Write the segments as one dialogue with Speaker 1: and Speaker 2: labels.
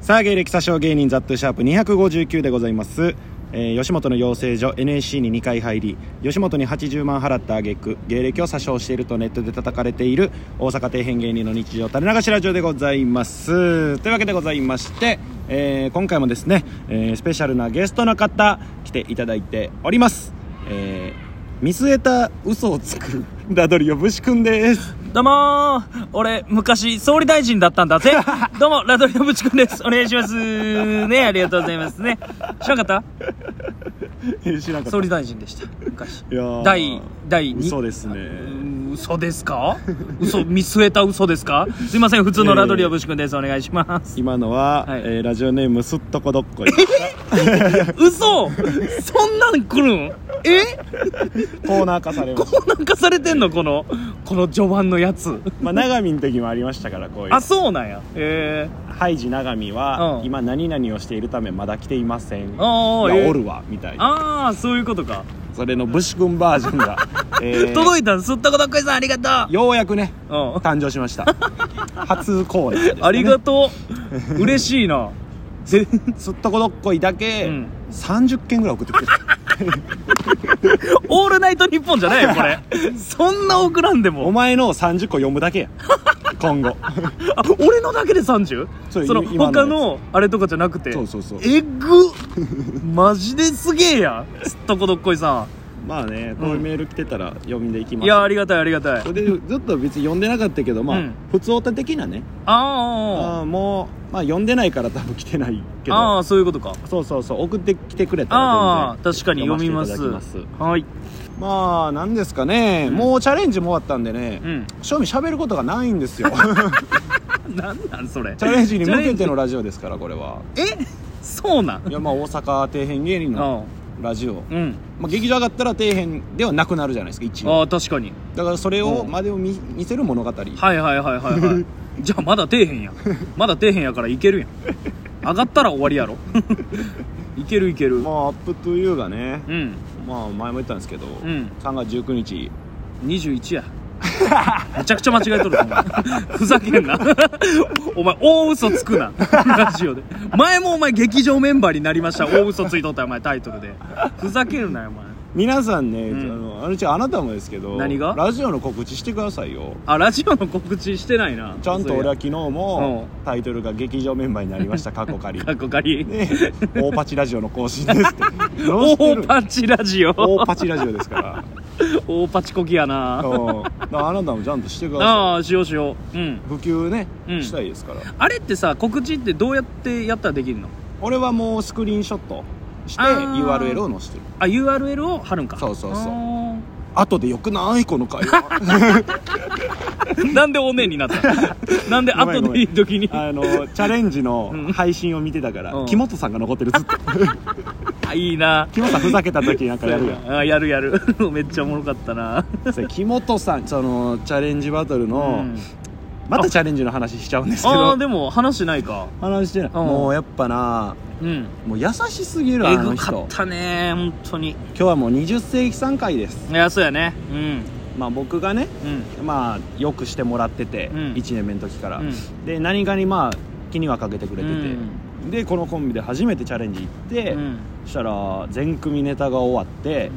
Speaker 1: さあ芸歴詐称芸人ザットゥシャープ259でございます、えー吉本の養成所 NSC に2回入り吉本に80万払った挙句芸歴を詐称しているとネットで叩かれている大阪底辺芸人の日常垂れ流しラジオでございますというわけでございまして、えー今回もですね、えースペシャルなゲストの方来ていただいております、えー見据えた嘘をつくダドリよぶしくんです
Speaker 2: どうもー俺、昔、総理大臣だったんだ ぜどうも、ラドリオブチ君です。お願いします。ね、ありがとうございますね。知らなかっ
Speaker 1: えー知らんかっ
Speaker 2: た
Speaker 1: た
Speaker 2: 総理大臣でした。昔。
Speaker 1: いやー
Speaker 2: 第、第2。
Speaker 1: 嘘ですね
Speaker 2: うん。嘘ですか嘘、見据えた嘘ですかすいません、普通のラドリオブチ君です。お願いします。
Speaker 1: 今のは、
Speaker 2: はい
Speaker 1: えーラジオネームすっとこどっこい
Speaker 2: 嘘そんなん来るんえ
Speaker 1: コーナー化されま
Speaker 2: こ
Speaker 1: した
Speaker 2: うなんかされてんのこの、この序盤のやつ。
Speaker 1: まあ長見の時もありましたからこういう
Speaker 2: あ、そうなんや。え
Speaker 1: ハイジ長見は、
Speaker 2: うん
Speaker 1: 今何々をしているためまだ来ていません
Speaker 2: あー
Speaker 1: いや
Speaker 2: えー
Speaker 1: おるわみたい
Speaker 2: ー。
Speaker 1: な
Speaker 2: あー、そういうことか。
Speaker 1: それの武士君バージョン が、えー
Speaker 2: 届いたすったことっこいさんありがとう
Speaker 1: ようやくね
Speaker 2: うん
Speaker 1: 誕生しました 初コーナーです、ね、
Speaker 2: ありがとう嬉しいなぜ
Speaker 1: すっとこどっこいだけ、
Speaker 2: うん
Speaker 1: 30件ぐらい送ってく れた
Speaker 2: オールナイトニッポンじゃないよこれそんな送らんで
Speaker 1: お
Speaker 2: も
Speaker 1: 前のを30個読むだ けや今後
Speaker 2: あ俺のだけで 30?
Speaker 1: そう
Speaker 2: その
Speaker 1: 今の
Speaker 2: 他のあれとかじゃなくて
Speaker 1: そうそうそう
Speaker 2: えぐマジですげえやんすったこどっこいさ
Speaker 1: まあねこういうメール来てたら読んでいき
Speaker 2: ん
Speaker 1: ます
Speaker 2: いやありがたいありがたい
Speaker 1: それでずっと別に読んでなかったけどまあ、
Speaker 2: うん
Speaker 1: 普通オタ的なね
Speaker 2: あー
Speaker 1: あーもう、まあ、読んでないから多分来てないけど
Speaker 2: あーそういうことか
Speaker 1: そうそうそう送ってきてくれた
Speaker 2: あ
Speaker 1: ら
Speaker 2: あ
Speaker 1: 全然
Speaker 2: 確かに読みます
Speaker 1: 読ませていただき
Speaker 2: はい
Speaker 1: ますまあなんですかね、
Speaker 2: うん
Speaker 1: もうチャレンジも終わったんでね、
Speaker 2: うん
Speaker 1: 正味喋ることがないんですよ
Speaker 2: なんなんそれ
Speaker 1: チャレンジに向け
Speaker 2: チ
Speaker 1: てのラジオですからこれは
Speaker 2: ャレンジえそうなん
Speaker 1: いやまあ大阪底辺芸人のラジオ、
Speaker 2: うんうん
Speaker 1: まあ、劇場上がったら底辺ではなくなるじゃないですか一応
Speaker 2: ああ確かに
Speaker 1: だからそれを、
Speaker 2: うん
Speaker 1: までを見見せる物語、
Speaker 2: はいはいはいはいはい じゃあまだ底辺やんまだ底辺やからいけるやん上がったら終わりやろ いけるいける
Speaker 1: まあアップトゥーユーがね、
Speaker 2: うん
Speaker 1: まあ前も言ったんですけど、
Speaker 2: ん
Speaker 1: 3月19日
Speaker 2: 21や めちゃくちゃ間違えとるぞお前ふざけんな お前大嘘つくな ラジオで前もお前劇場メンバーになりました大嘘ついとったよお前タイトルでふざけるなよお前
Speaker 1: 皆さんね、
Speaker 2: ん
Speaker 1: あのあのちゃんあなたもですけど
Speaker 2: 何が
Speaker 1: ラジオの告知してくださいよ
Speaker 2: あラジオの告知してないな
Speaker 1: ちゃんと俺は昨日も
Speaker 2: う
Speaker 1: タイトルが劇場メンバーになりました過 去仮
Speaker 2: かっこかり
Speaker 1: ね大パチラジオの更新です ってどうして
Speaker 2: 大
Speaker 1: る
Speaker 2: パチラジオ
Speaker 1: 大パチラジオですから
Speaker 2: 大パチこきや
Speaker 1: う
Speaker 2: な
Speaker 1: んだからあなたもちゃんとしてくださ
Speaker 2: ああしようしよううん
Speaker 1: い普及ね、
Speaker 2: うん
Speaker 1: したいですから
Speaker 2: あれってさ告知ってどうやってやったらできるの
Speaker 1: 俺はもうスクリーンショットして
Speaker 2: あー
Speaker 1: URL を載せてる
Speaker 2: あ URL を貼るんか
Speaker 1: そうそうそう
Speaker 2: あ
Speaker 1: 後でよくないこの会話
Speaker 2: ー なんでおねえになった なんで後でいい時に
Speaker 1: あのチャレンジの配信を見てたから、
Speaker 2: うん
Speaker 1: 木本さんが残ってるずっと
Speaker 2: あいいな
Speaker 1: 木本さんふざけた時なんかやる やん
Speaker 2: あやるやる めっちゃおもろかったな
Speaker 1: そう木本さんそのチャレンジバトル
Speaker 2: う
Speaker 1: の、
Speaker 2: ん
Speaker 1: またチャレンジの話しちゃうんですけ
Speaker 2: あー
Speaker 1: ど
Speaker 2: でも話してないか
Speaker 1: 話してない、
Speaker 2: ん
Speaker 1: もうやっぱな
Speaker 2: うん
Speaker 1: もう優しすぎるあ
Speaker 2: え
Speaker 1: の
Speaker 2: ぐか
Speaker 1: 人
Speaker 2: ったね本当に
Speaker 1: 今日はもう20世紀3回です
Speaker 2: いやそうやねうん
Speaker 1: まあ僕がね
Speaker 2: うん
Speaker 1: まあよくしてもらってて、
Speaker 2: うん
Speaker 1: 1年目の時から、
Speaker 2: うん
Speaker 1: で何かにまあ気にはかけてくれてて、
Speaker 2: うん
Speaker 1: でこのコンビで初めてチャレンジ行って、
Speaker 2: うん
Speaker 1: そしたら全組ネタが終わって、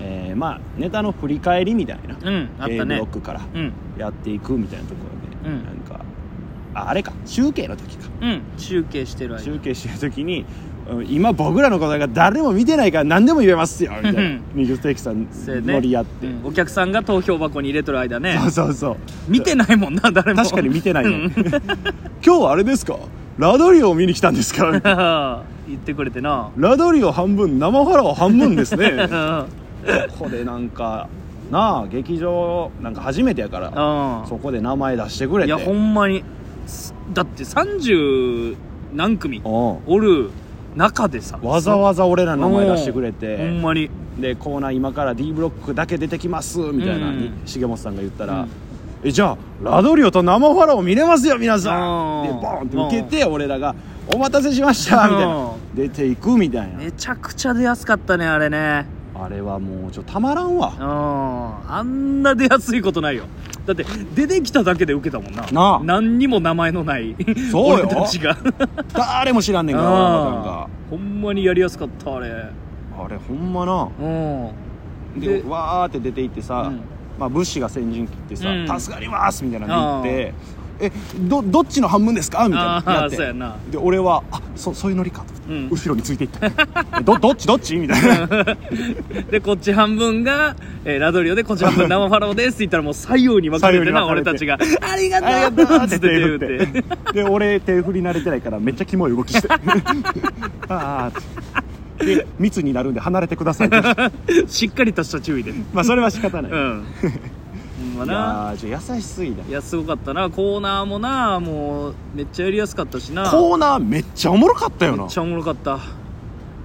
Speaker 1: えーまあネタの振り返りみたいな、
Speaker 2: うんあっ
Speaker 1: A
Speaker 2: た
Speaker 1: ブロ
Speaker 2: ね
Speaker 1: ックから
Speaker 2: うん
Speaker 1: やっていくみたいなところで、
Speaker 2: うん
Speaker 1: なんかああれか集計の時か
Speaker 2: うん集計してる間
Speaker 1: 集計してる時にうん今僕らのことが誰も見てないから何でも言えますよみたいな
Speaker 2: うん
Speaker 1: 20世紀さん
Speaker 2: せやね
Speaker 1: 乗り合って、
Speaker 2: うんお客さんが投票箱に入れとる間ね
Speaker 1: そうそうそう
Speaker 2: 見てないもんな誰も
Speaker 1: 確かに見てないね、
Speaker 2: うん
Speaker 1: 今日はあれですかラドリオを見に来たんですか
Speaker 2: 言ってくれ てな
Speaker 1: ラドリオ半分生ハラは半分です ね
Speaker 2: うん
Speaker 1: これなんかなあ劇場なんか初めてやからそこで名前出してくれ
Speaker 2: い
Speaker 1: て
Speaker 2: やほんまにすだって30何組
Speaker 1: お
Speaker 2: おる中でさ
Speaker 1: うわざわざ俺らの名前出してくれ
Speaker 2: そほ
Speaker 1: て
Speaker 2: んまに
Speaker 1: でコーナー今から D ブロックだけ出てきますみたいな、
Speaker 2: うん
Speaker 1: 重本さんが言ったら、
Speaker 2: うん
Speaker 1: えじゃあラドリオと生ファラを見れますよ皆さん
Speaker 2: うん
Speaker 1: でボーンって受けて俺らが「お待たせしました」みたいな
Speaker 2: うん
Speaker 1: 出ていくみたいな
Speaker 2: めちゃくちゃ出やすかったねあれね
Speaker 1: ああれはもうちょっとたまらん わ
Speaker 2: あああんな出やすいことないよだって出てきただけで受けたもんな
Speaker 1: なあ
Speaker 2: 何にも名前のない
Speaker 1: そうよ
Speaker 2: 俺たち が
Speaker 1: 誰も知らんねんからなん
Speaker 2: あ
Speaker 1: か
Speaker 2: ーほんまにやりやすかったあれ
Speaker 1: あれほんまな
Speaker 2: うん
Speaker 1: で
Speaker 2: で
Speaker 1: わーって出て行ってさ、
Speaker 2: うん
Speaker 1: まあ、物資が先陣切ってさ
Speaker 2: う
Speaker 1: 「
Speaker 2: ん
Speaker 1: 助かります」みたいなの言って「えどどっちの半分ですか?」みたいな
Speaker 2: あ
Speaker 1: のやっ
Speaker 2: あー
Speaker 1: て
Speaker 2: そうやな
Speaker 1: で俺は「あそそういうノリか」と思って
Speaker 2: うん
Speaker 1: 後ろについていった 「えどどっちどっち?」みたいな
Speaker 2: でこっち半分が、えーラドリオでこっち半 分生ファローですって言ったらもう左右に分かれ
Speaker 1: 左右
Speaker 2: てな
Speaker 1: に
Speaker 2: 俺
Speaker 1: 分か
Speaker 2: た
Speaker 1: れて
Speaker 2: ちが「ありがとう!」
Speaker 1: ありがとう
Speaker 2: っ
Speaker 1: ってて
Speaker 2: 手
Speaker 1: 手振
Speaker 2: 振っ
Speaker 1: っててで俺手振り慣れてないからめっちゃキモい動き してああで密になるんで離れてく ださいって
Speaker 2: しっかりとした注意でうん
Speaker 1: まあそれは仕方ない、
Speaker 2: ほ
Speaker 1: い
Speaker 2: んまな
Speaker 1: やーじゃあ優しすぎだ
Speaker 2: いやすごかったなコーナーもなもうめっちゃやりやすかったしな
Speaker 1: コーナーめっちゃおもろかったよ
Speaker 2: め
Speaker 1: な
Speaker 2: っちゃおもろかった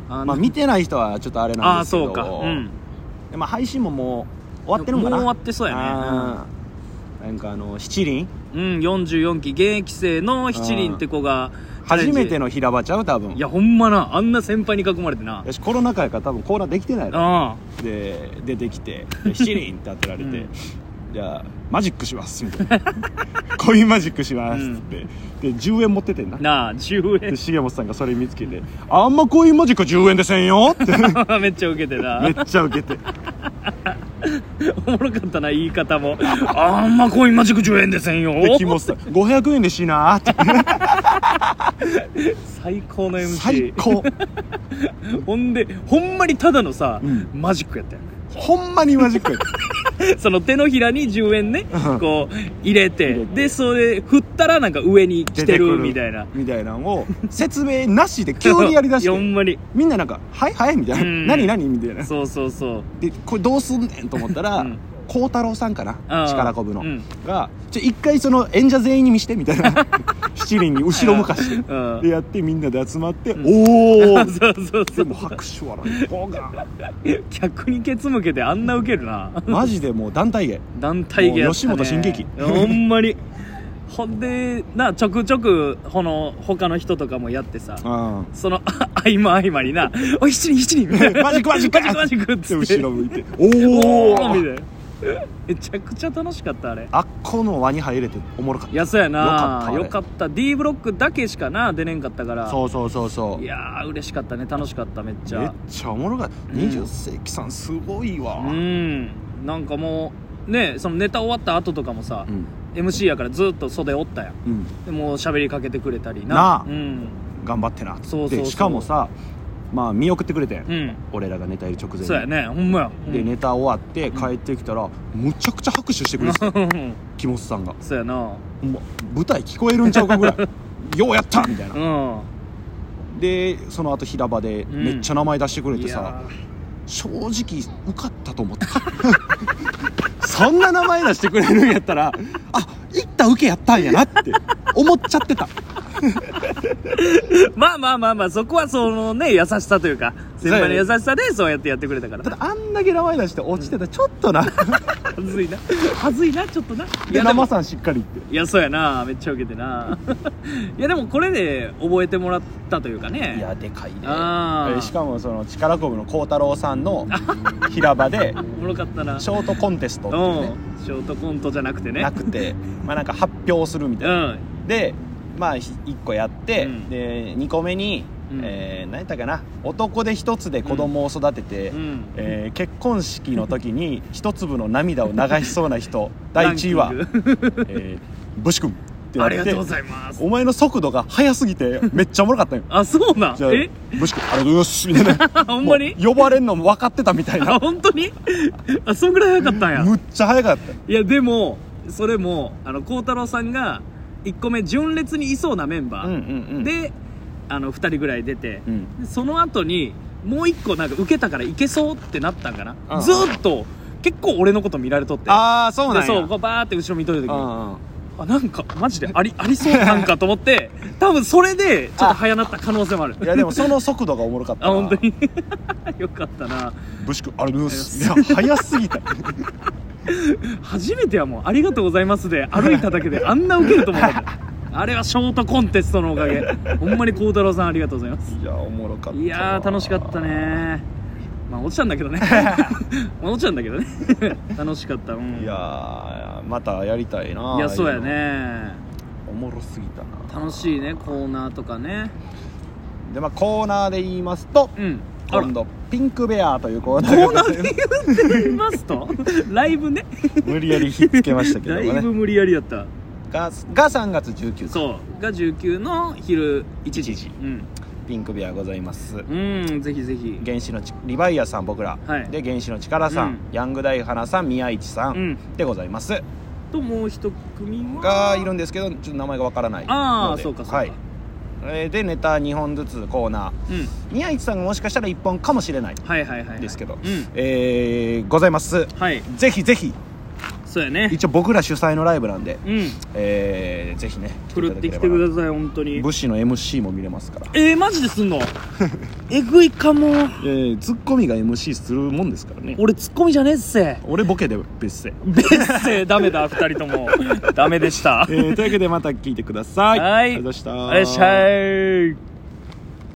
Speaker 2: あ
Speaker 1: まあ見てない人はちょっとあれなん
Speaker 2: あー
Speaker 1: ですけど
Speaker 2: そうかうん
Speaker 1: でまあ配信ももう終わってるんかな
Speaker 2: もう終わってそうやね
Speaker 1: あーなんかあの七輪
Speaker 2: うん44期現役生の七輪って子が
Speaker 1: 初めて
Speaker 2: の
Speaker 1: の平場ちゃう多分
Speaker 2: いやほんまなあんな先輩に囲まれてな
Speaker 1: 私コロナ禍やから多分コーナーできてないの
Speaker 2: あ
Speaker 1: で出てきてで七輪って当てられて、
Speaker 2: うん
Speaker 1: じゃあマジックしますみたいな コインマジックしますっつって、で10円持っててんな
Speaker 2: あなあ10
Speaker 1: で重本さんがそれ見つけて「あんまコインマジック10円でせんよ」って
Speaker 2: 円 めっちゃウケてな
Speaker 1: めっちゃウケ て
Speaker 2: おもろかったな言い方もあんまコインマジック10円でせんよ
Speaker 1: で木本さん「500円でしな」って
Speaker 2: 最高の MC
Speaker 1: 最高
Speaker 2: ほんでほんまにただのさ、
Speaker 1: うん
Speaker 2: マジックやったよ
Speaker 1: ほんまにマジックやった
Speaker 2: ねその手のひらに10円ね
Speaker 1: うん
Speaker 2: こう入れて
Speaker 1: 入れて
Speaker 2: でそれ振ったらなんか上に来てるみたいな
Speaker 1: みたいなのを説明なしで急にやり だし
Speaker 2: いほ
Speaker 1: て
Speaker 2: んまに
Speaker 1: みんななんか「はいはい」みたいな「
Speaker 2: うん
Speaker 1: 何何?」みたいな
Speaker 2: そうそうそう
Speaker 1: でこれどうすんねんと思ったら
Speaker 2: うん
Speaker 1: 孝、太郎さんか
Speaker 2: あ
Speaker 1: な
Speaker 2: ー
Speaker 1: 力こぶの、
Speaker 2: うん
Speaker 1: がちょ一回その演者全員に見してみたい な七輪に後ろ向かして
Speaker 2: うん
Speaker 1: でやってみんなで集まって「お お!」
Speaker 2: そうそうそ
Speaker 1: で
Speaker 2: う
Speaker 1: も拍手笑いボガン
Speaker 2: 逆にケツ向けてあんなウケるな
Speaker 1: マジでもう団体芸
Speaker 2: 団体芸やった、ね、
Speaker 1: もう吉本新喜劇
Speaker 2: ほんまにほんでなちょくちょくこの他の人とかもやってさ
Speaker 1: うん
Speaker 2: そのあ合間合間にな「おい七人七人」みたい な
Speaker 1: マジックマジック
Speaker 2: マジックマジック」っ
Speaker 1: で
Speaker 2: つって
Speaker 1: 後ろ向い て「
Speaker 2: お
Speaker 1: お
Speaker 2: おみ
Speaker 1: お!
Speaker 2: たいなめちゃくちゃ楽しかったあれ」
Speaker 1: あっこの輪に入れておもろかっ
Speaker 2: いやそうや
Speaker 1: よかった
Speaker 2: な
Speaker 1: あれ
Speaker 2: よかった D ブロックだけしかな出れんかったから
Speaker 1: たそうそうそうそう
Speaker 2: いやー嬉しかったね楽しかっためっち
Speaker 1: めっ
Speaker 2: ゃ
Speaker 1: ちゃおもろかった、
Speaker 2: うん
Speaker 1: 20世紀さんすごいわ
Speaker 2: うんなんかもうねそのネタ終わった後とかもさ
Speaker 1: う、ん、
Speaker 2: MC やからずっと袖おったやん
Speaker 1: うん、
Speaker 2: でもう喋りかけてくれたりな
Speaker 1: なあ
Speaker 2: うん
Speaker 1: 頑張ってなって
Speaker 2: そうそうそう
Speaker 1: しかもさまあ見送ってくれてん、
Speaker 2: うん
Speaker 1: 俺らがネタやる直前に
Speaker 2: そうやねほんまや
Speaker 1: でネタ終わって帰ってきたら、むちゃくちゃ拍手してくれてた
Speaker 2: うん
Speaker 1: 木本さんが
Speaker 2: そうやな
Speaker 1: ほんま舞台聞こえるんちゃうかぐらい ようやったみたいな
Speaker 2: うん
Speaker 1: でその後平場で
Speaker 2: ん
Speaker 1: めっちゃ名前出してくれて
Speaker 2: いや
Speaker 1: さ、正直受かったと思 ったそんな名前出してくれるんやったらあ行った受けやったんやなって思っちゃってた
Speaker 2: ーまあまあまあまあそこはそのね優しさというか先輩の優しさでそうやってやってくれたから
Speaker 1: ただあんだけ名前出して落ちてたちょっとな
Speaker 2: はずいなはずいなちょっとない
Speaker 1: で
Speaker 2: やでも
Speaker 1: 生さんしっかり言って
Speaker 2: いやそうやなめっちゃウケてな いやでもこれで覚えてもらったというかね
Speaker 1: いやでかいね
Speaker 2: あー
Speaker 1: えしかもその力こぶの孝太郎さんの平場で
Speaker 2: おもろかったな
Speaker 1: ショートコンテストっていうね
Speaker 2: うんショートコントじゃなくてね
Speaker 1: なくてまあなんか発表するみたいな
Speaker 2: うん
Speaker 1: でまあ1個やって、
Speaker 2: うん
Speaker 1: で2個目に、
Speaker 2: うん
Speaker 1: えー何やったかな男で一つで子供を育てて、
Speaker 2: うん
Speaker 1: えー結婚式の時に一粒の涙を流しそうな 人第1位は
Speaker 2: ラン キング
Speaker 1: 「えー、ブシ君」って
Speaker 2: あ
Speaker 1: な
Speaker 2: り
Speaker 1: っ
Speaker 2: が
Speaker 1: て
Speaker 2: とうございます
Speaker 1: お前の速度が速すぎてめっちゃおもろか ったよ
Speaker 2: あそうなん
Speaker 1: じゃあ
Speaker 2: え
Speaker 1: 「ブシ君ありがとうございます」みたいな
Speaker 2: ほんま
Speaker 1: も
Speaker 2: に
Speaker 1: う呼ばれんのも分かってたみ たい
Speaker 2: あ
Speaker 1: な
Speaker 2: 本当にあそんぐらい早かったんや
Speaker 1: むっちゃ速かった
Speaker 2: いやでもそれもあの孝太郎さんが1個目純烈にいそうなメンバー、
Speaker 1: ん
Speaker 2: であの2人ぐらい出て、
Speaker 1: うん
Speaker 2: でその後にもう1個なんか受けたからいけそうってなったんかな、
Speaker 1: うん
Speaker 2: ずーっと結構俺のこと見られとって
Speaker 1: ああそうなん
Speaker 2: で
Speaker 1: や
Speaker 2: そうこうバーって後ろ見とる
Speaker 1: う
Speaker 2: 時に、
Speaker 1: んうん
Speaker 2: あなんかマジでありありそうなんかと思って 多分それでちょっと早なった可能性もある
Speaker 1: いやでもその速度がおもろかった
Speaker 2: あ
Speaker 1: な
Speaker 2: 本当に よかったな
Speaker 1: ブシ君ありがとうございますいや早す ぎた
Speaker 2: 初めてはもう「ありがとうございます」で歩いただけであんなウケると思わなかっ たあれはショートコンテストのおかげほんまに孝太郎さんありがとうございます
Speaker 1: いやおもろかった
Speaker 2: いやー楽しかったねまあ落ちたんだけ どねまあ落ちたんだけどね楽しかったうん
Speaker 1: いやーまたやりたいないい
Speaker 2: やそうやね
Speaker 1: おもろすぎたな
Speaker 2: 楽しいねコーナーとかね
Speaker 1: でまあコーナーで言いますと
Speaker 2: うんあら
Speaker 1: 今度ピンクベアというコー ナー
Speaker 2: コー
Speaker 1: が
Speaker 2: ナーで言ってま すとライブね
Speaker 1: 無理やりひっつけましたけど
Speaker 2: だ
Speaker 1: も
Speaker 2: いぶ
Speaker 1: ね
Speaker 2: 無理やりやった
Speaker 1: がが3月19日
Speaker 2: そうが19の昼1時うん、
Speaker 1: ピンクベアございます
Speaker 2: うん、ぜひぜひ
Speaker 1: 原始のちリヴァイアさん僕ら、
Speaker 2: はい
Speaker 1: で原始の力さん、
Speaker 2: うん
Speaker 1: ヤングダイハナさん宮市さ、
Speaker 2: うんん
Speaker 1: でございます
Speaker 2: ともう一組は
Speaker 1: がいるんですけどちょっと名前がわからないので
Speaker 2: ああそうかそうか、
Speaker 1: はいえーでネタ2本ずつコーナー
Speaker 2: うん、
Speaker 1: 宮市さんがもしかしたら1本かもしれない
Speaker 2: はいはいはいはい
Speaker 1: ですけど
Speaker 2: うん
Speaker 1: えーございます
Speaker 2: はい
Speaker 1: ぜひぜひ
Speaker 2: そうやね
Speaker 1: 一応僕ら主催のライブなんで、
Speaker 2: うん
Speaker 1: えーぜひね
Speaker 2: ふるってき
Speaker 1: だ
Speaker 2: て
Speaker 1: ければな
Speaker 2: ください本当に
Speaker 1: 武士の MC も見れますから
Speaker 2: えー、マジで すんのえぐいかも
Speaker 1: えー、ツッコミが MC するもんですからね
Speaker 2: 俺ツッコミじゃねえ っせ
Speaker 1: 俺ボケで別姓、
Speaker 2: 別姓ダメだ二人ともダメでした
Speaker 1: えーというわけでまた聞いてください
Speaker 2: はい
Speaker 1: ありがとうございました
Speaker 2: おいっしゃい